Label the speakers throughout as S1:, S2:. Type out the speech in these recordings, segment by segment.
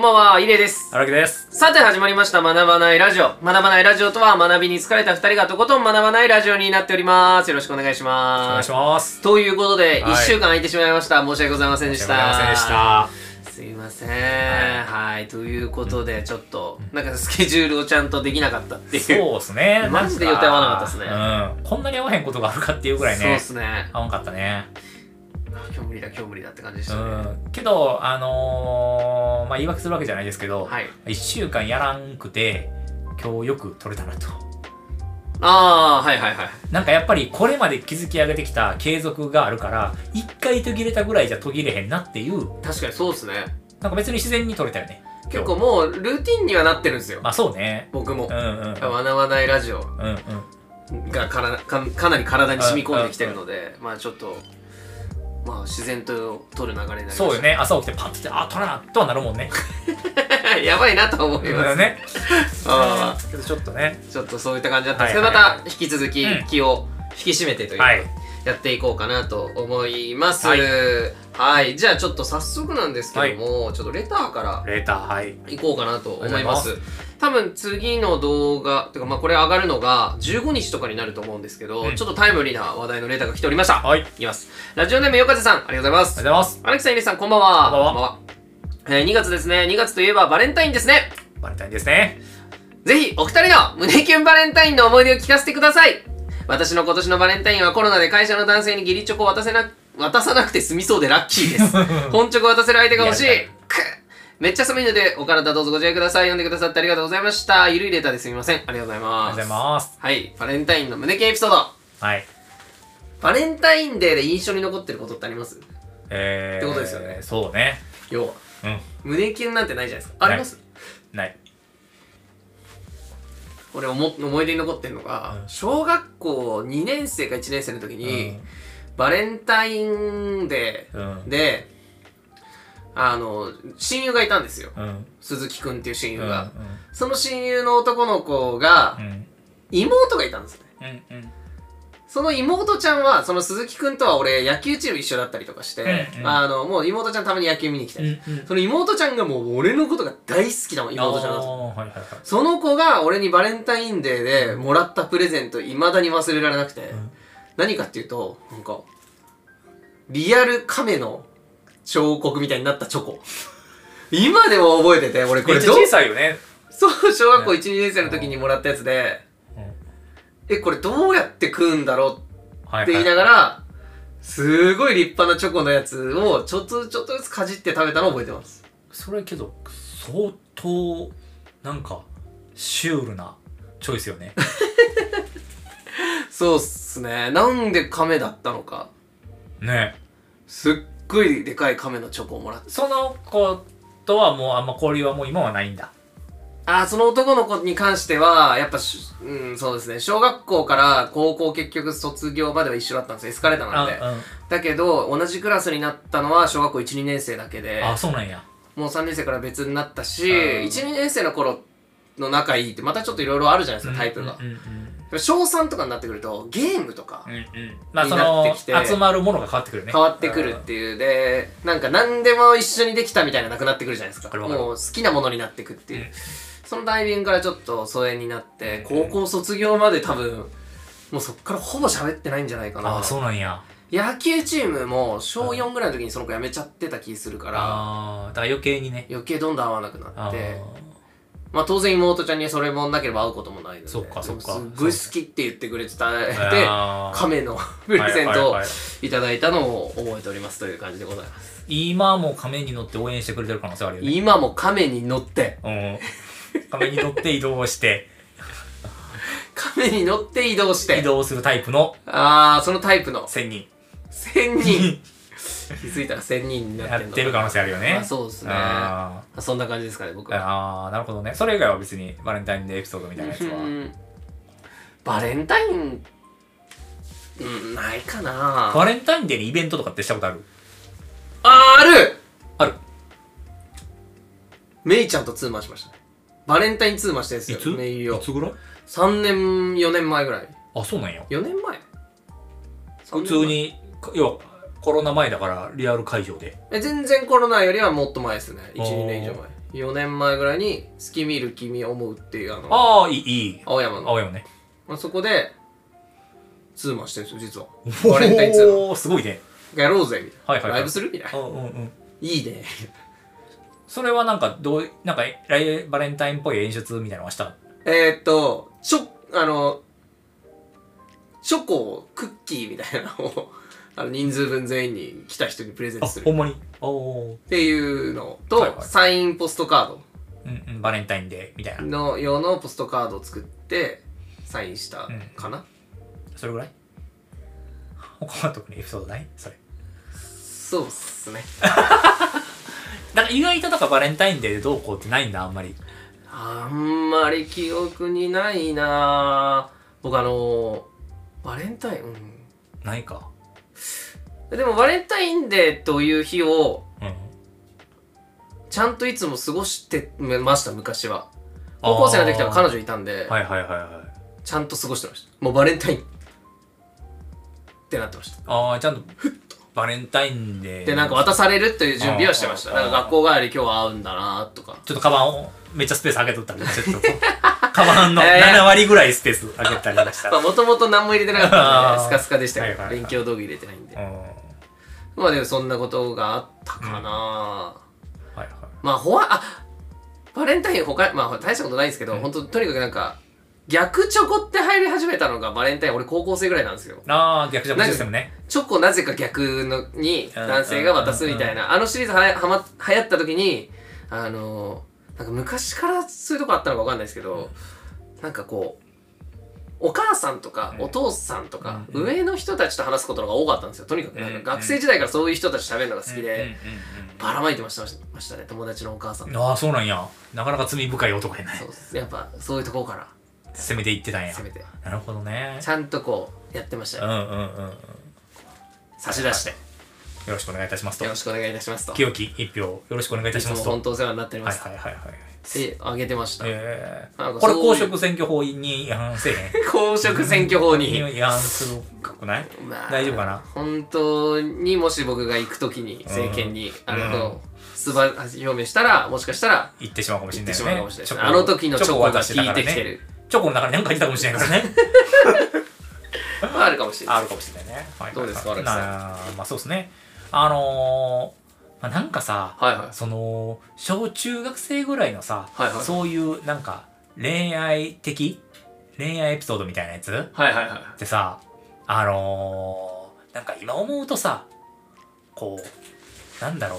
S1: ばんは、イレです。
S2: 荒木です。
S1: さて始まりました、学ばないラジオ。学ばないラジオとは、学びに疲れた二人がとことん学ばないラジオになっております。よろしくお願いし
S2: お願
S1: ま
S2: いし
S1: す。
S2: ます。
S1: ということで、
S2: はい
S1: 一週間空いてしまいました。申し訳ございませんでした。
S2: すいませんでした。
S1: すいません。はい。ということで、ちょっと、なんかスケジュールをちゃんとできなかったっていう。
S2: そうですね。
S1: マジで予定合わなかったっすね
S2: ね。うん。こんなに合わへんことがあるかっていうぐらい
S1: そうっ
S2: ね。
S1: すね。
S2: 合わんかったね。
S1: 今日無理だ、今日無理だって感じでし
S2: う
S1: たね。
S2: ん。けど、あのー、まあ、言い訳するわけじゃないですけど、
S1: はい。
S2: 一週間やらんくて、今日よく撮れたなと。
S1: ああ、はいはいはい。
S2: なんかやっぱりこれまで築き上げてきた継続があるから、一回途切れたぐらいじゃ途切れへんなっていう、
S1: 確かにそうっすね。
S2: なんか別に自然に撮れたよね。今日
S1: 結構。もう、ルーティンにはなってるんですよ。
S2: まあそうね。
S1: 僕も
S2: うん。うん。
S1: 学ばないラジオ
S2: うんうん。
S1: がからかかなり体に染み込んできてるので、まあちょっと、まあ自然と取る流れになりました。
S2: そうよね。朝起きてパッて、あ、撮らな、とはなるもんね。
S1: やばいなと思います。
S2: ね。
S1: あ
S2: けどちょっとね。
S1: ちょっとそういった感じだったんですけど、
S2: はいはいはい
S1: また引き続き
S2: うん
S1: 気を引き締めてというか、
S2: はい。
S1: やっていこうかなと思います。は
S2: はいい、
S1: じゃあちょっと早速なんですけども、ちょっとレターから
S2: レーター、はい。
S1: 行こうかなと思い
S2: あり
S1: ま
S2: が
S1: す
S2: とう
S1: 多分次の動画てかまあこれ上がるのが15日とかになると思うんですけど、
S2: うん
S1: ちょっとタイムリーな話題のレターが来ておりました、
S2: はい。ありがとう
S1: いきますラジオネームよかぜさんありがとうございま
S2: ご
S1: す
S2: ざいます。
S1: 荒木さんゆりさんこんばんは
S2: こんばんは
S1: えー2月ですね2月といえばバレンタインですね
S2: バレンタインですね。
S1: ぜひお二人の胸キュンバレンタインの思い出を聞かせてください私の今年のバレンタインはコロナで会社の男性に義理チョコを渡せな渡さなくて済みそうでラッキーです 本チョコを渡せる相手が欲しい
S2: いやいや
S1: くっめっちゃ寒いのでお体どうぞご自愛ください読んでくださってありがとうございましたゆるいレターですみませんありがとうござい
S2: あ
S1: ま
S2: り
S1: す
S2: がとうございます。
S1: はいバレンタインの胸キュンエピソード
S2: はい。
S1: バレンタインデーで印象に残ってることってあります
S2: え
S1: っ
S2: ー。
S1: てことですよね
S2: そうね。
S1: 要は
S2: うん。
S1: 胸キュンなんてないじゃないですかあります
S2: ない。
S1: 俺思思い出に残ってんのが、
S2: うん
S1: 小学校2年生か1年生の時に、バレンタインデ
S2: うん。うん
S1: ー。であの親友がいたんですよ
S2: うん。
S1: 鈴木くんっていう親
S2: う
S1: 友
S2: ん。うん。
S1: が、その親友の男の子が妹がいたんですね
S2: うん。うん。
S1: その妹ちゃんはその鈴木くんとは俺野球チーム一緒だったりとかして、
S2: うんうん
S1: あのもう妹ちゃんたまに野球見に来たり、
S2: うん。
S1: その妹ちゃんがもう俺のことが大好きなの妹ちゃんなんですよ
S2: あーはいはいはい。
S1: その子が俺にバレンタインデーでもらったプレゼントいまだに忘れられなくて、
S2: ん
S1: 何かっていうとなんかリアル亀の彫刻みたいになったチョコ今でも覚えてて俺こ
S2: め
S1: れ
S2: っちゃ
S1: ど
S2: 小さいよね。
S1: そう小学校12、年生の時にもらったやつで
S2: うん
S1: えこれどうやって食うんだろう
S2: はい。
S1: って言いなが
S2: が
S1: らすごい立派なチョコのやつをちょっとずつちょっとずつかじって食べたのを覚えてます
S2: それけど、相当、なんか、シュールなチョイス よね。
S1: そうっすねなんで亀だったのか
S2: ね。
S1: すっごいでかい亀のチョコをもらって
S2: その子とはもうあんま交流はもう今はないんだ。
S1: あーその男の子に関しては、やっぱし、うん、そうですね。小学校から高校結局卒業までは一緒だったんですよ。エスカレーターなんで。
S2: あうん
S1: だけど、同じクラスになったのは小学校1、2年生だけで、
S2: あ、そうなんや。
S1: もう3年生から別になったし、
S2: うん
S1: 1、2年生の頃の仲いいってまたちょっといろいろあるじゃないですか、タイプが。
S2: うんうん
S1: 小3とかになってくると、ゲームとか
S2: うんうんうんまあ
S1: に
S2: そ
S1: なって
S2: の
S1: きて
S2: 集まるものが変わってくるね
S1: 変わってくるっていう。で、なんか何でも一緒にできたみたいななくなってくるじゃないですか。
S2: わかるわかる。
S1: もう好きなものになってくっていううんそのタイミングからちょっと疎遠になって、高校卒業まで多分、もうそっからほぼ喋ってないんじゃないか
S2: あ
S1: な
S2: あ。そうなんや
S1: 野球チームも小4ぐらいの時にその子辞めちゃってた気するから、
S2: ああーだから余計にね
S1: 余計どんどん会わなくな
S2: あ
S1: って、
S2: ー
S1: まあ当然妹ちゃんにそれもなければ会うこともないので、
S2: そっかそっか
S1: でもすっごい好きって言ってくれてた で、
S2: あー
S1: 亀のプレゼン
S2: はい
S1: トを
S2: はいはい
S1: いただいたのを覚えておりますという感じでございます。
S2: 今も亀に乗って応援してくれてる可能性あるよね
S1: 今も亀に乗って、
S2: うん亀に乗って移動して
S1: 亀に乗って移動し
S2: 移
S1: て、
S2: 動するタイプの
S1: あー、そのタイプの
S2: 仙人
S1: 1000人。 気づいたら1000人にな
S2: や
S1: って
S2: っ
S1: んの
S2: てる可能性あるよね
S1: あそうですね
S2: あ
S1: そんな感じですかね僕
S2: ー
S1: は
S2: あーなるほどねそれ以外は別にバレンタインデーエピソードみたいなやつ
S1: う
S2: は
S1: んバレンタインうんないかなあ
S2: バレンタインデーにイベントとかってしたことある
S1: ある
S2: ある
S1: メイちゃんとツーマンしましたねバレンタインツーマンしたやつ
S2: い
S1: よ
S2: つ
S1: メイ
S2: い
S1: を
S2: つぐらい
S1: 3年4年前ぐらい
S2: あそうなんや
S1: 4年前
S2: 普
S1: 普
S2: 通に要はコロナ前だからリアル会場で
S1: 全然コロナよりはもっと前ですね
S2: おー
S1: 12年以上前4年前ぐらいに「月見る君思う」っていうあの
S2: ああいいいい
S1: 青山の
S2: 青山ね
S1: まあ、そこでツーマンしてるんですよ実はバレンタインツーマン
S2: おーすごいね
S1: やろうぜみたいな、
S2: はいはいはい
S1: ライブするみたいな
S2: うんうんうん
S1: いいね
S2: それはなんかどうなんか来バレンタインっぽい演出みたいなのはした
S1: えー、っと、ショあの、チョコ、クッキーみたいなのを、あの人数分全員に来た人にプレゼン
S2: あ
S1: トする
S2: ほんまにおお
S1: っていうのと、
S2: はいはい
S1: サインポストカ
S2: ーうんうんバレンタインデーみたい
S1: ード
S2: な
S1: の用のポストカードを作って、サインしたかな、
S2: それぐらい他は特にエピソードないそれ
S1: そうっすね。
S2: だから意外とだからバレンタインデーでどうこうってないんだあんまり
S1: あんまり記憶にないなぁ僕あの、バレンタイン、う
S2: ないか
S1: ん。でもバレンタインデーという日を、
S2: うん
S1: ちゃんといつも過ごしてました、昔は。高校生の時とか彼女いたんで、
S2: はいはいはいはい
S1: ちゃんと過ごしてました。もうバレンタインってなってました。
S2: ああちゃんとバレンタインデー
S1: で、なんか渡されるという準備はしてました。
S2: あー
S1: なんか学校帰り今日は会うんだなとか。
S2: ちょっとカバンをめっちゃスペース開けとったり ちょっとカバンの
S1: いやいや
S2: 7割ぐらいスペース開けたりとかした
S1: まあ、もともと何も入れてなかったん
S2: あー
S1: で、スカスカでしたけ
S2: はい
S1: ど、
S2: はいはい
S1: 勉強道具入れてないんで
S2: う。んは
S1: まあでもそんなことがあったかな、
S2: いはい
S1: まあ、ほわ、あ、バレンタイン他、まあ大したことないんですけど、本当とにかくなんか、逆チョコって入り始めたのがバレンタイン、俺高校生ぐらいなんですよ。
S2: ああ逆ジャブシステムね
S1: チョコなぜか逆のに男性が渡すみたいなあのシリーズはやはま流行った時にあのなんか昔からそういうとこあったのかわかんないですけどなんかこうお母さんとかお父さんとか
S2: うん
S1: 上の人たちと話すことの方が多かったんですよとにかくなん
S2: うん
S1: か学生時代からそういう人たちと喋るのが好き
S2: うんうん
S1: でばらまいてましたましたね友達のお母さん
S2: うんうん
S1: と
S2: ああそうなんやなかなか罪深い男やね
S1: そうですやっぱそういうとこから
S2: 攻めていってたんや
S1: 攻めて
S2: なるほどね
S1: ちゃんとこうやってまし
S2: う
S1: た
S2: ん
S1: ね
S2: うんうんうんよ
S1: 差し出して
S2: ろしくお願いいたしますと
S1: よろしくお願いいたしますとい
S2: 清き一票よろしくお願いいたし
S1: つ
S2: ま
S1: も
S2: すとは
S1: 本当お世話になっており
S2: い
S1: ま
S2: はい
S1: す
S2: はいはい
S1: であげてました
S2: え
S1: なん
S2: ー
S1: か
S2: これ
S1: そういう
S2: 公職選挙法に違反せえへん
S1: 公職選挙法に、
S2: 違反するかくない
S1: まあ
S2: 大丈夫かな
S1: 本当にもし僕が行く時に政権にあれ
S2: う
S1: と出馬表明したらもしかしたら
S2: 行ってしまうかもし
S1: 行っ
S2: れな
S1: て
S2: い
S1: し
S2: よ
S1: まう
S2: ね
S1: かもしれないあの時のチョコ
S2: を
S1: が
S2: 渡してた
S1: 効
S2: か
S1: い
S2: らね
S1: てきてる
S2: チョコの中に何か入ってたかもしれないからね
S1: まああるかもしれない
S2: あるかもしれないね、はい
S1: どうですか荒木さん
S2: なあまあそうですねあのーまあ、なんかさ、
S1: はいはい
S2: その小中学生ぐらいのさ、
S1: はいはい
S2: そういうなんか恋愛的恋愛エピソードみたいなやつっ
S1: はいはいはい
S2: てさあのー、なんか今思うとさこうなんだろう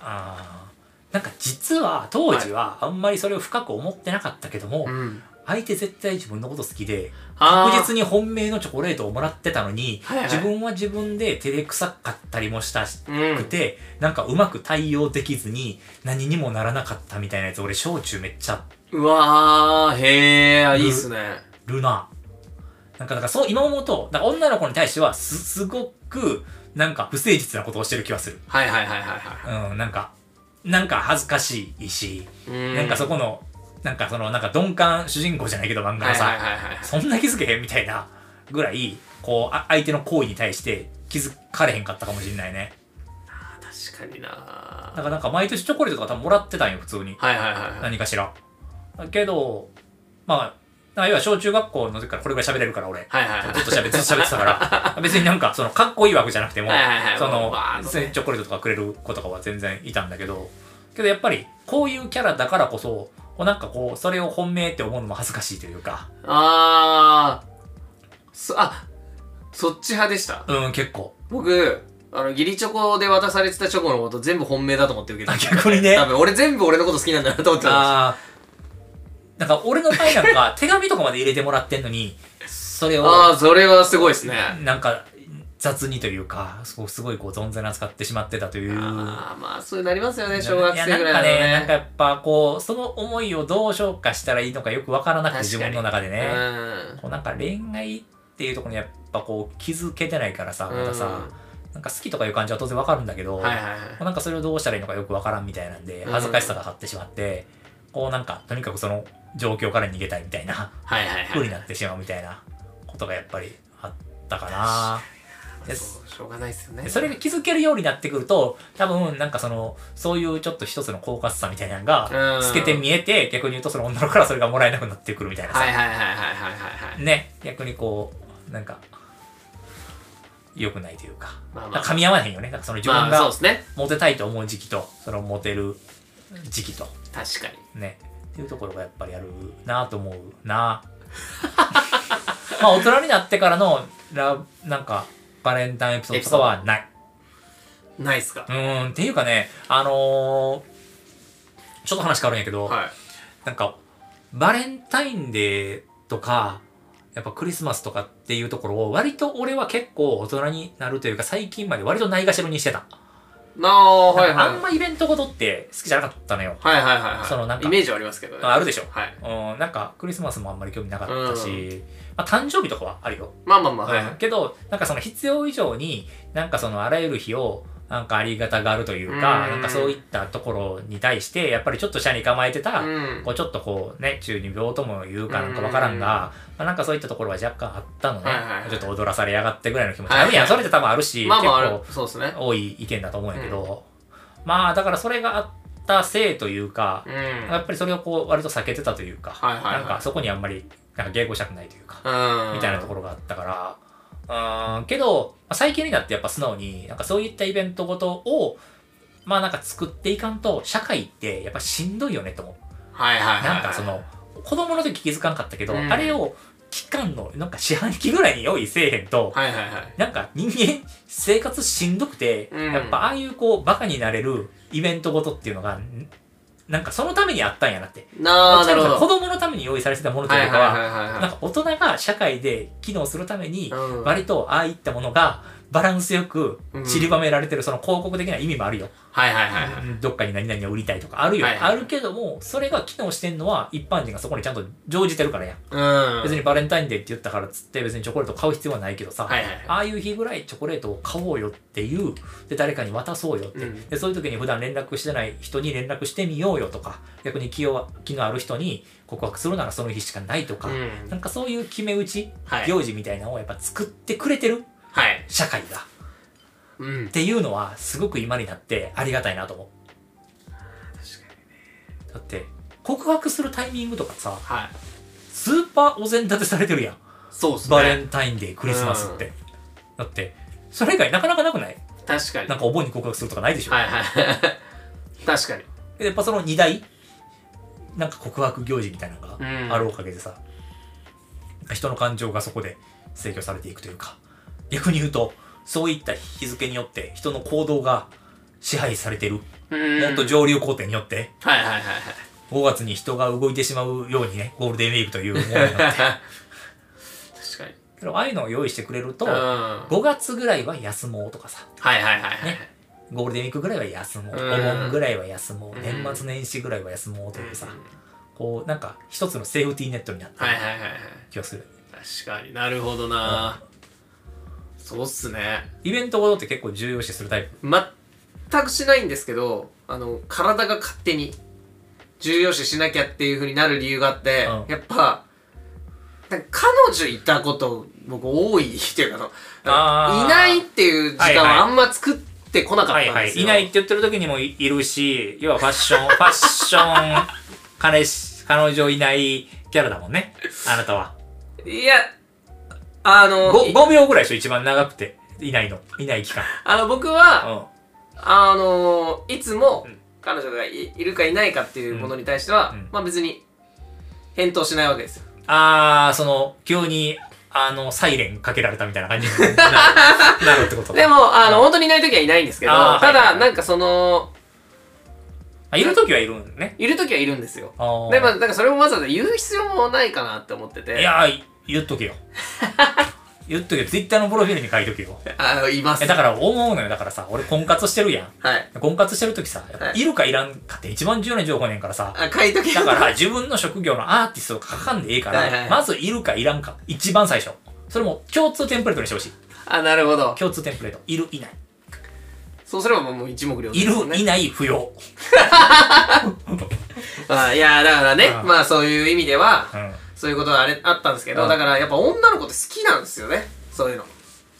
S2: あーなんか実は当時はあんまりそれを深く思ってなかったけども、
S1: うん
S2: 相手絶対自分のこと好きで
S1: あ
S2: 確
S1: ー
S2: 実に本命のチョコレートをもらってたのに、
S1: はいはい
S2: 自分は自分で照れくさかったりもしたし
S1: うん
S2: くて、なんかうまく対応できずに何にもならなかったみたいなやつ俺小中めっちゃあ
S1: うわーへえいいっすね
S2: るななんかなんかそう今思うとなんか女の子に対してはすすごくなんか不誠実なことをしてる気はする
S1: はいはいはいはいは
S2: うんなんかなんか恥ずかしいし、
S1: いうん
S2: なんかそこのなんかそのなんか鈍感主人公じゃないけど漫画のさ、
S1: はいはいはいはい
S2: そんな気づけへんみたいなぐらい、こう、あ相手の行為に対して気づかれへんかったかもしれないね。
S1: 確かにな
S2: だ
S1: は
S2: からなんか毎年チョコレートとか多分もらってたんよ、普通に。
S1: いはいはいはい
S2: 何かしら。だけど、まあ、あ要は小中学校の時からこれぐらい喋れるから俺。
S1: はいはいはい
S2: ずっと喋って、ずっと喋って たから。別になんか、その、かっこいいわけじゃなくても
S1: はいはいは、い
S2: そ
S1: もう
S2: の
S1: わーっ、とね
S2: チョコレートとかくれる子とかは全然いたんだけど、けどやっぱり、こういうキャラだからこそ、こうなんかこう、それを本命って思うのも恥ずかしいというか、
S1: ああそあそっち派でした
S2: うん、結構。
S1: 僕あの義理チョコで渡されてたチョコのこと全部本命だと思って受け
S2: あ
S1: てた
S2: 逆にね
S1: 多分俺全部俺のこと好きなんだなと思ってた
S2: あーなんか俺の場合なんか手紙とかまで入れてもらってんのにそれを
S1: ああそれはすごいですね
S2: なんか雑にというかそうすごいこう存在な扱ってしまってたという
S1: ああまあそうなりますよね小
S2: い
S1: 学
S2: や
S1: 生
S2: なん
S1: ぐ
S2: かね
S1: ら
S2: ない
S1: の
S2: んか
S1: ね
S2: やっぱこうその思いをどう消化したらいいのかよくわからなくて自
S1: 確かに
S2: 分の中でね、
S1: うん
S2: こうなんか恋愛っていうところにやっぱこう気づけてないからさまたさ、なんか好きとかいう感じは当然わかるんだけど、
S1: はいはいはい
S2: こうなんかそれをどうしたらいいのかよくわからんみたいなんで
S1: うん
S2: 恥ずかしさが張ってしまって、こうなんかとにかくその状況から逃げたいみたいな
S1: はいはい
S2: 風
S1: は
S2: に
S1: い
S2: なってしまうみたいなことがやっぱりあったかな
S1: やそうしょうがないですよね
S2: それが気づけるようになってくると多分なんかそのそういうちょっと一つの狡猾さみたいなの
S1: う
S2: が
S1: ん
S2: 透けて見えて逆に言うとその女の子からそれがもらえなくなってくるみたいなさ、
S1: はいはいはいはいはいはい
S2: ね逆にこうなんか良くないというか,、
S1: まあまあ
S2: 噛み合わへんよねなんかその自分
S1: まあそう
S2: が
S1: ですね
S2: モテたいと思う時期とそのモテる時期と
S1: 確かに
S2: ねっていうところがやっぱりあるなと思う なまあ大人になってからのラブなんかバレンタインエピソードとかはない
S1: ないっすか
S2: うーんっていうかねあのーちょっと話変わるんやけど、
S1: はい
S2: なんかバレンタインデーとかやっぱクリスマスとかっていうところを割と俺は結構大人になるというか最近まで割とないがしろにしてた、
S1: なあはいはい
S2: あんまイベントごとって好きじゃなかったのよ、
S1: はいはいはいはい
S2: そのなんか
S1: イメージはありますけどね
S2: あるでしょ
S1: はい
S2: うん、なんかクリスマスもあんまり興味なかったし、まあ、誕生日とかはあるよ、
S1: まあまあまあは
S2: うんけどなんかその必要以上になんかそのあらゆる日をなんかありがたがあるという
S1: う
S2: か
S1: ん
S2: なんかそういったところに対してやっぱりちょっと斜に構えて
S1: い
S2: た、
S1: うん
S2: こうちょっとこうね中二病とも言うかなんかわからんが、まあ、なんかそういったところは若干あったの
S1: は
S2: ね、
S1: いはいはい
S2: ちょっと踊らされやがってぐらいの気持ち、
S1: はいはい
S2: あるやんそれって多分あるし、
S1: まあまああ
S2: 結
S1: るそうですね
S2: 構多い意見だと思うんやけど、まあだからそれがあったせいというか
S1: う、ん
S2: やっぱりそれをこう割と避けてたというか、
S1: はいはいはい
S2: なんかそこにあんまりなんか迎合したくないというか、
S1: うん
S2: みたいなところがあったから、うーん、けど、まあ最近になってやっぱ素直に、なんかそういったイベントごとを、まあなんか作っていかんと、社会ってやっぱしんどいよねと思う。
S1: はいはいはいはい
S2: なんかその、子供の時気づかんかったけど、
S1: うん
S2: あれを期間の、なんか四半期ぐらいに用意せえへんと、
S1: はいはいはい
S2: なんか人間生活しんどくて、
S1: うん
S2: やっぱああいうこうバカになれるイベントごとっていうのが、んなんかそのためにあったんやなって。
S1: なあ
S2: もち
S1: な
S2: ろ
S1: る
S2: ん
S1: ほ
S2: その
S1: ど
S2: 子供のために用意されてたものと
S1: はい
S2: い
S1: はい
S2: うか
S1: はい
S2: は、
S1: はい
S2: なんか大人が社会で機能するために、
S1: うん
S2: 割とああいったものがバランスよく散りばめられてるその広告的な意味もあるよ、
S1: はいはいはいはい
S2: どっかに何々を売りたいとかあるよ、
S1: はいはい
S2: あるけどもそれが機能してんのは一般人がそこにちゃんと乗じてるからや、
S1: うん
S2: 別にバレンタインデーって言ったからっつって別にチョコレート買う必要はないけどさ、
S1: はいはいはい
S2: ああいう日ぐらいチョコレートを買おうよっていうで誰かに渡そうよって、
S1: うん
S2: でそういう時に普段連絡してない人に連絡してみようよとか逆に気を気のある人に告白するならその日しかないとか、
S1: うん
S2: なんかそういう決め打ち、
S1: はい
S2: 行事みたいなのをやっぱ作ってくれてる
S1: はい
S2: 社会がっ
S1: うん
S2: ていうのはすごく今になってありがたいなと思うだって告白するタイミングとかさ
S1: はい
S2: スーパーお膳立てされてるやん
S1: そうっす
S2: バレ
S1: ね
S2: ンタインデークリスマスって、だってそれ以外なかなかなくない
S1: 確かに
S2: なんかお盆に告白するとかないでしょ、
S1: はいはい 確かに
S2: やっぱその2大なんか告白行事みたいなの
S1: うん
S2: があるおかげでさ、人の感情がそこで制御されていくというか逆に言うとそういった日付によって人の行動が支配されてる、
S1: うん
S2: もっと上流工程によって
S1: はいはいはい
S2: 5月に人が動いてしまうようにねゴールデンウィークというものになっ
S1: は い
S2: て
S1: 確かに
S2: けどああいうのを用意してくれると
S1: うんは
S2: 5月ぐらいは休もうとかさ
S1: いはいはいはい
S2: ねゴールデンウィークぐらいは休もう、
S1: うん
S2: お盆ぐらいは休もう、
S1: うん
S2: 年末年始ぐらいは休もうという
S1: う
S2: さ、
S1: ん
S2: こうなんか一つのセーフティーネットになってる
S1: はいはいはいはい
S2: 気がする、
S1: 確かになるほどなそうっすね
S2: イベントごとって結構重要視するタイプ
S1: 全くしないんですけどあの体が勝手に重要視しなきゃっていう風になる理由があって、
S2: うん
S1: やっぱなんか彼女いたこと僕多いっていうかその
S2: あー
S1: いないっていう時間
S2: はいはい
S1: はあんま作ってこなかったんですよ、
S2: いないって言ってる時にもいいるし要はファッシ ョンファッション彼氏彼女いないキャラだもんねあなたはい
S1: やあの
S2: 5, 5秒ぐらいでしょ一番長くていないのいない期間
S1: あの僕は、
S2: うん
S1: あのいつも
S2: ん
S1: 彼女がいいるかいないかっていうものに対しては、
S2: うんうん
S1: まあ別に返答しないわけですよ
S2: ああその急にあのサイレンかけられたみたいな感 じになるなるってこと
S1: でもあの本当にいない時はいないんですけど
S2: あー
S1: ただ、
S2: はいはい
S1: なんかその
S2: あいる時はいるんね
S1: いる時はいるんですよ
S2: あー
S1: でもなんかそれもわざわざ言う必要もないかなって思ってて
S2: いやー言っと けよ言っとけよツイッターのプロフィールに書いとけ よ
S1: あーいます
S2: えだから思うのよだからさ俺婚活してるやん
S1: はい
S2: 婚活してる時さ、やっぱ
S1: はい
S2: いるかいらんかって一番重要な情報ねんからさ、
S1: あ書いとけ
S2: だから自分の職業のアーティストを書かんでいいか
S1: はいはいは
S2: ら、
S1: い
S2: まずいるかいらんか、一番最初。それも共通テンプレートにしてほしい。
S1: あなるほど
S2: 共通テンプレート。いる、いない。
S1: そうすればもう一目瞭然で
S2: い
S1: すね
S2: る、いない、不要。
S1: あいやだからね
S2: うん
S1: まあそういう意味では
S2: うん。
S1: そういうことがあれあったんですけど、
S2: うん
S1: だからやっぱ女の子って好きなんですよねそういうの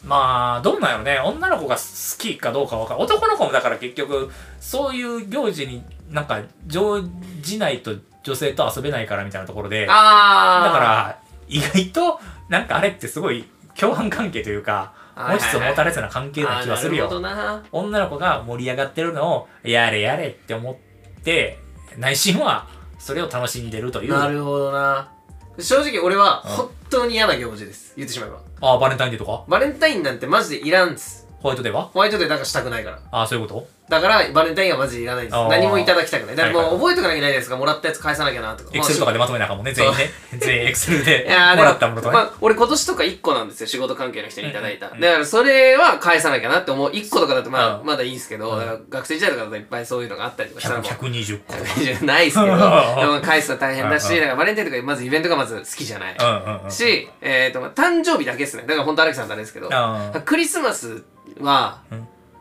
S2: まあどうなんやろね女の子が好きかどうかわからん男の子もだから結局そういう行事になんか乗じないと女性と遊べないからみたいなところでだか
S1: ああ
S2: ら意外となんかあれってすごい共犯関係というか
S1: はいはいはい
S2: 持ちつ持たれつな関係な気がするよ
S1: あーなるほどな
S2: 女の子が盛り上がってるのをやれやれって思って内心はそれを楽しんでるという
S1: な
S2: あ
S1: るほどな正直俺は
S2: うん
S1: 本当に嫌な行事です言ってしまえば
S2: あバレンタインデーとか
S1: バレンタインなんてマジでいらんっす
S2: ホワイトデーは
S1: ホワイトデーなんかしたくないから
S2: あそういうこと
S1: だからバレンタインはマジでいらないです
S2: あー
S1: 何もいただきたくないだから
S2: はい
S1: も
S2: は
S1: う覚
S2: い
S1: えとかなきゃいけないですからもらったやつ返さなきゃなとか
S2: エクセルとかでまとめなあかんもんね全員ね全員エクセルで
S1: い
S2: も
S1: やーで
S2: らったものとね
S1: まあ、俺今年とか1個なんですよ仕事関係の人にいただいた、
S2: うんうんうん
S1: だからそれは返さなきゃなって思う1個とかだとまあ、
S2: うん
S1: まだいいんですけど、
S2: うん
S1: だから学生時代とかだといっぱいそういうのがあったりとかしたら
S2: 100
S1: もう
S2: 120個とか
S1: 120ないですけどでも返すの大変だし
S2: うんうん
S1: だからバレンタインとかまずイベントがまず好きじゃない、
S2: うんうんうん
S1: し、えーとまあ、誕生日だけですねだから本当荒木さんとあれですけど
S2: あー
S1: クリスマスは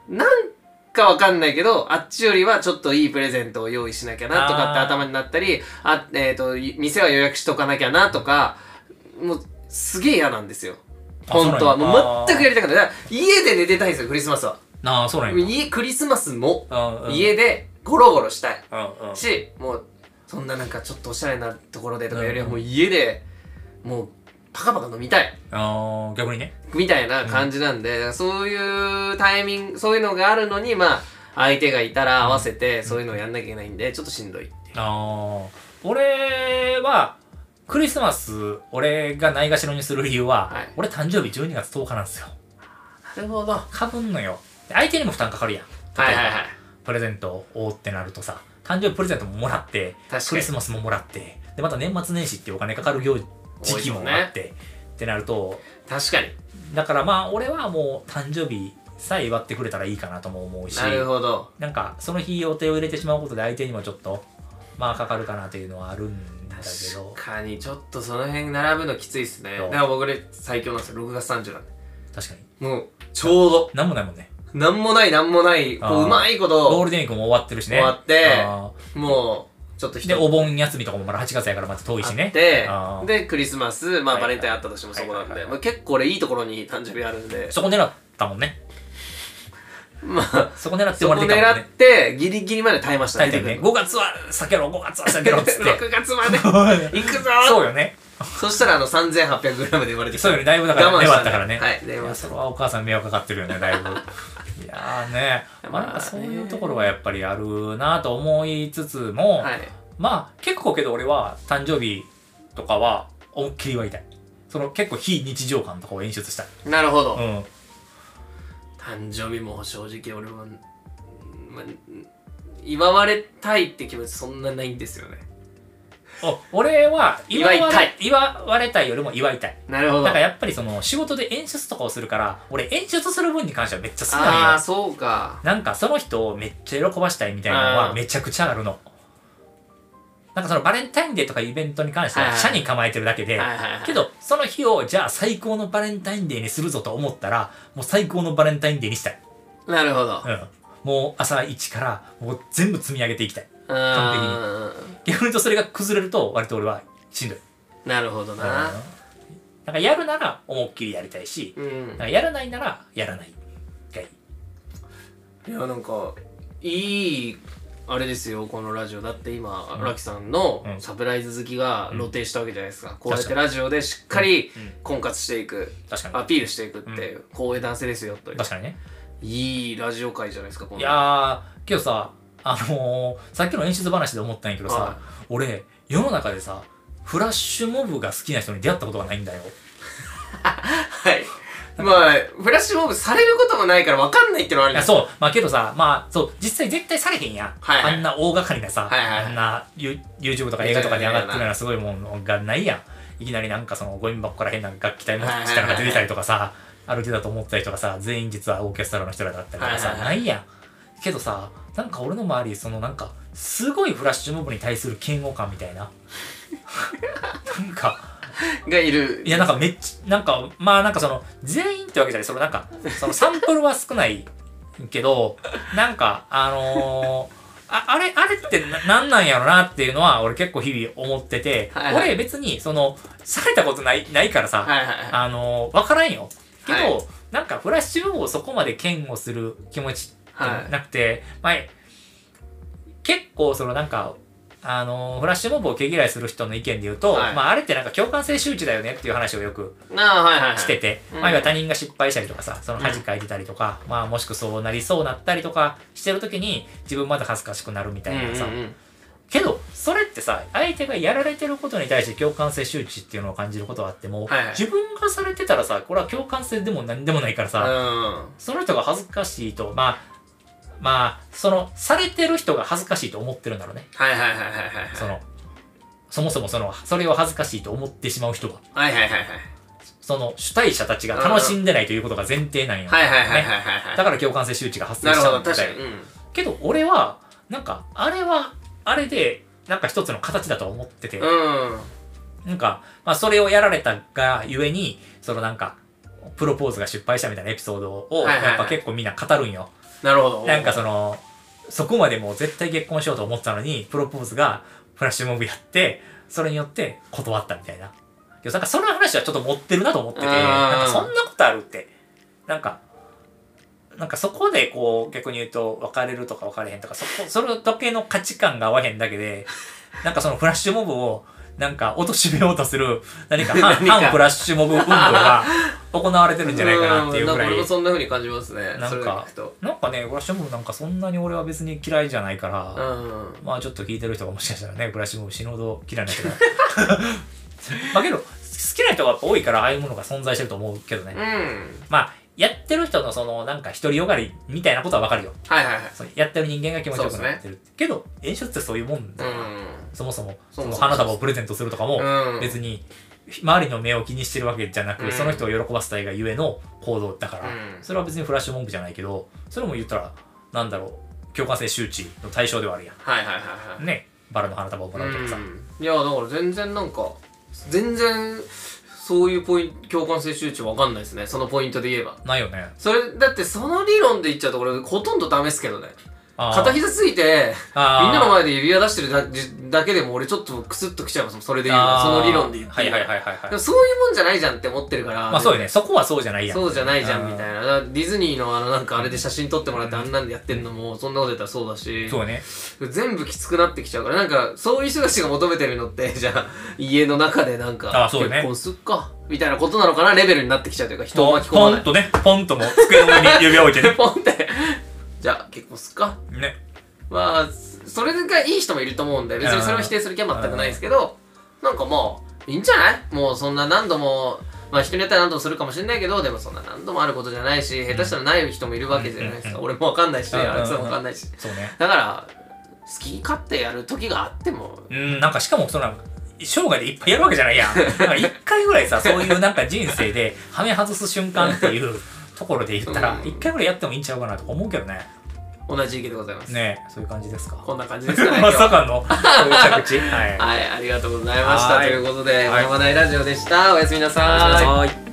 S2: うん
S1: なんかわかんないけどあっちよりはちょっといいプレゼントを用意しなきゃなとかって
S2: あー
S1: 頭になったりあ、えー、とい店は予約しとかなきゃなとかもうすげえ嫌なんですよ
S2: あ
S1: 本当は
S2: そうなんや
S1: も
S2: あ
S1: う
S2: ー
S1: 全くやりたくないだから家で寝てたいんですよクリスマスは
S2: なあそうなんや
S1: 家クリスマスも
S2: うんうん
S1: 家でゴロゴロしたい
S2: うんうん
S1: しもうそんななんかちょっとおしゃれなところでとかよりは
S2: うん
S1: もう家でもうパカパカ飲みたい
S2: あー逆にね
S1: みたいな感じなんで、だからそういうタイミングそういうのがあるのにまあ相手がいたら合わせてそういうのをやんなきゃいけないんでちょっとしんどいっていう
S2: あー俺はクリスマス俺がないがしろにする理由は、
S1: はい
S2: 俺誕生日12月10日なんですよ
S1: なるほどは
S2: かぶんのよで相手にも負担かかるやん
S1: いはいはい
S2: プレゼントを追うってなるとさ誕生日プレゼントももらって
S1: 確かに
S2: クリスマスももらってでまた年末年始っていうお金かかる行事時期もあって、ってなると
S1: 確かに
S2: だからまあ俺はもう誕生日さえ祝ってくれたらいいかなとも思うし
S1: なるほど
S2: なんかその日予定を入れてしまうことで相手にもちょっとまあかかるかなというのはあるんだけど
S1: 確かにちょっとその辺並ぶのきついっすね
S2: そ
S1: だ
S2: う
S1: から僕ね最強なんですよ6月30なんで
S2: 確かに
S1: もうちょうど
S2: なんもないもんね
S1: なんもないなんもないこ
S2: あ
S1: う
S2: ー
S1: うまいこ
S2: ゴー
S1: と
S2: ルデンウィークも終わってるしね
S1: 終わって
S2: あ
S1: もうちょっと
S2: ー
S1: 人
S2: でお盆休みとかもまだ8月やからまた遠いしね
S1: あ
S2: あ
S1: っ
S2: ー
S1: てでクリスマスまあ
S2: はい
S1: バ
S2: はい
S1: レンタインあったとしてもそこなん
S2: はいはい
S1: で
S2: はい
S1: まあ結構俺いいところに誕生日あるんで
S2: そこ狙ったもんね
S1: ま あ
S2: そこ狙って
S1: そ
S2: も
S1: こ
S2: らってたもん
S1: 狙っ
S2: ね
S1: てギリギリまで耐えました
S2: 大体ね5月は避けろ5月は避けろっ つって
S1: 6月ま で行くぞ
S2: そうよね
S1: そしたらあの 3800g で生まれてきた
S2: そうよねだいぶだから
S1: 我慢した
S2: 粘
S1: ね
S2: ったからね
S1: はい
S2: いやそれはお母さん迷惑かかってるよねだ いぶいやーねまあなんかそういうところはやっぱりあるなと思いつつも、
S1: はい
S2: まあ結構けど俺は誕生日とかは思いっきり祝いたいその結構非日常感とかを演出したい、
S1: なるほど、
S2: うん、
S1: 誕生日も正直俺は、まあ、祝われたいって気持ちそんなないんですよね
S2: お俺は
S1: 祝いたい
S2: 祝われたいよりも祝いたい
S1: なるほ
S2: だ
S1: ど
S2: からやっぱりその仕事で演出とかをするから俺演出する分に関してはめっちゃ好きな
S1: あ
S2: の
S1: あ
S2: よ
S1: そうか
S2: なんかその人をめっちゃ喜ばしたいみたいなの
S1: あー
S2: はめちゃくちゃあるのなんかそのバレンタインデーとかイベントに関して
S1: は
S2: はい
S1: はい
S2: 社に構えてるだけで、
S1: はいはいはい
S2: けどその日をじゃあ最高のバレンタインデーにするぞと思ったらもう最高のバレンタインデーにしたい、
S1: なるほど
S2: うん、もう朝一からもう全部積み上げていきたい
S1: 完
S2: 逆に言うとそれが崩れると割と俺はしんどい
S1: 璧になるほど
S2: な
S1: なん
S2: かやるなら思いっきりやりたいし、
S1: うん
S2: なんかやらないならやらないがいい。
S1: いやなんかいいあれですよこのラジオだって今荒、木さんの
S2: うん
S1: サプライズ好きが露呈したわけじゃないですか、こうやっ
S2: 確
S1: て
S2: か
S1: ラジオでしっかり
S2: うんうん
S1: 婚活していく、
S2: 確かに。
S1: アピールしていくっていう、こういう男性ですよという
S2: 確かにね。
S1: いいラジオ界じゃないですかこの
S2: いやー、けどさ、あのー、さっきの演出話で思ったんやけどさ、
S1: は
S2: 俺、世の中でさ、フラッシュモブが好きな人に出会ったことがないんだよ。
S1: はいまあフラッシュモブされることもないから分かんないっていうのはあ
S2: い
S1: る
S2: や
S1: んですよ
S2: そう、まあけどさ、まあそう、実際絶対されへんやん。
S1: はいはい
S2: あんな大掛かりなさ、
S1: はいはい
S2: あんな You- YouTube とか映画とかに上がってるようなすごいものがないやん。いきなりなんかそのゴミ箱から変な楽器隊の
S1: はいはいはい
S2: 下が出てたりとかさ、歩いてたと思ったりとかさ、全員実はオーケストラの人らだったりとかさ、
S1: はいはいはい
S2: ないやん。けどさ、なんか俺の周り、そのなんか、すごいフラッシュモブに対する嫌悪感み たいな。なんか、
S1: がいる
S2: いやなんかめっちゃなんかまあなんかその全員ってわけじゃないそのなんかそのサンプルは少ないけどなんかあのーああれあれってななんなんやろなっていうのは俺結構日々思ってて、
S1: はいはい
S2: 俺別にそのされたことないないからさ、
S1: はいはいはい
S2: あのー、分からんよけど、
S1: は
S2: なんかフラッシュ文をそこまで嫌悪する気持ち
S1: はい
S2: なくて、まあ、結構そのなんか、あのフラッシュモブを毛嫌いする人の意見で言うと、
S1: はい
S2: まあ、あれってなんか共感性周知だよねっていう話をよく
S1: なあはいはいはい
S2: してて、
S1: うん
S2: まあ、要は他人が失敗したりとかさ、その
S1: うん
S2: 恥かいてたりとか、まあ、もしくはそうなりそうなったりとかしてる時に、自分まだ恥ずかしくなるみた
S1: うん
S2: いなさ、
S1: うんうん
S2: けど、それってさ、相手がやられてることに対して共感性周知っていうのを感じることはあっても、
S1: はいはい
S2: 自分がされてたらさ、これは共感性でも何でもないからさ、
S1: うん
S2: その人が恥ずかしいと、まあ、まあ、その、されてる人が恥ずかしいと思ってるんだろうね。
S1: はいはいはいはいはいはい
S2: その、そもそもその、それを恥ずかしいと思ってしまう人が、
S1: はいはいはいはい
S2: その主体者たちが楽しんでないということが前提なんよ。
S1: はいはいはいはい
S2: ね
S1: はい
S2: だ
S1: は
S2: から共感性周知が発
S1: いな
S2: 生
S1: る
S2: し
S1: ほど
S2: たんだよ
S1: 確かにうん
S2: けど俺は、なんか、あれは、あれで、なんか一つの形だと思ってて、
S1: うん
S2: なんか、まあそれをやられたがゆえに、そのなんか、プロポーズが失敗したみたいなエピソードを、
S1: はいはいはい
S2: やっぱ結構みんな語るんよ。
S1: なるほど
S2: なんかその、そこまでもう絶対結婚しようと思ってたのに、プロポーズがフラッシュモブやって、それによって断ったみたいな。いや、なんかその話はちょっと持ってるなと思ってて、
S1: うん
S2: なんかそんなことあるって。なんか、なんかそこでこう逆に言うと別れるとか別れへんとか、そこ、その時計の価値観が合わへんだけで、なんかそのフラッシュモブをなんか貶めようとする何か反
S1: 何か
S2: 反フラッシュモブ運動が行われてるんじゃないかなっていうぐらい。
S1: んなんか俺もそんな風に感じますね
S2: なんか
S1: それを聞くと
S2: なんかね、ブラッシュモブなんかそんなに俺は別に嫌いじゃないか
S1: う
S2: ら、
S1: ん
S2: まあちょっと聞いてる人がもしかしたらね、ブラッシュモブ死ぬほど嫌いな人 が。まあけど、好きな人がやっぱ多いから、ああいうものが存在してると思うけどね。
S1: うん
S2: まあ、やってる人のその、なんか独りよがりみたいなことはわかるよ。
S1: はいはいはい
S2: そうやってる人間が気持ちよく
S1: そうですね
S2: なってる。けど、演出ってそういうもんだ
S1: う
S2: から、
S1: ん
S2: そもそも、
S1: そうそ
S2: そ
S1: うそう
S2: の花束をプレゼントするとかも、
S1: うん
S2: 別に、周りの目を気にしてるわけじゃなく、
S1: うん
S2: その人を喜ばせたいがゆえの行動だから、
S1: うん
S2: それは別にフラッシュモブじゃないけど、それも言ったら、なんだろう、共感性周知の対象ではあるや
S1: はいはいはいはい
S2: ん。ね、バラの花束をもらうとかさ。
S1: いやだから全然なんか全然そういうポイント共感性周知わかんないですねそのポイントで言えば
S2: ないよね。
S1: それだってその理論で言っちゃうと俺ほとんどダメっすけどね
S2: あー
S1: 片膝ついて
S2: あー
S1: みんなの前で指輪出してるだじだけでも俺ちょっとクスッときちゃいますもんそれで言う
S2: あ
S1: な
S2: ー
S1: その理論で言って
S2: はいはいはいはい、
S1: で
S2: は
S1: も
S2: い。
S1: そういうもんじゃないじゃんって思ってるから
S2: まあそうよね、そこはそうじゃないやん。
S1: そうじゃないじゃんみ
S2: あ
S1: た
S2: ー
S1: いなだからディズニーのあのなんかあれで写真撮ってもらってあんなんでやってんのもそんなことやったらそうだし
S2: そうね。
S1: 全部きつくなってきちゃうからなんかそういう人たちが求めてるのってじゃあ家の中でなんか
S2: あそうね
S1: 結婚すっかみたいなことなのかなレベルになってきちゃうというか人を巻き込ま
S2: ポ
S1: な
S2: ン
S1: い。
S2: とね、ポンともう机の上に指を置いてね
S1: ポンって じゃあ結婚すっか
S2: ね。
S1: まあそれがいい人もいると思うんで別にそれを否定する気は全くないですけどなんかまあいいんじゃないもうそんな何度もまあ人によっては何度もするかもしれないけどでもそんな何度もあることじゃないし下手したらない人もいるわけじゃないですか、
S2: うん
S1: 俺もわかんないし
S2: うんうんうん
S1: あいつもわかんないし
S2: そうね。
S1: だから好き勝手やる時があっても
S2: うん、なんかしかもその生涯でいっぱいやるわけじゃないや ん。なんか一回ぐらいさ、そういうなんか人生で、はめ外す瞬間っていうところで言ったら
S1: う、ん
S2: 一回ぐらいやってもいいんちゃうかなとか思うけどね。
S1: 同じ意見でございます
S2: ねえそういう感じですか。
S1: こんな感じです かね。今
S2: ま
S1: 日
S2: さかの、そういう着地。はい。
S1: はい、ありがとうございました。
S2: は
S1: と
S2: い
S1: いうことで、
S2: はい
S1: 山内ラジオでした。おやすみなさい。
S2: はい。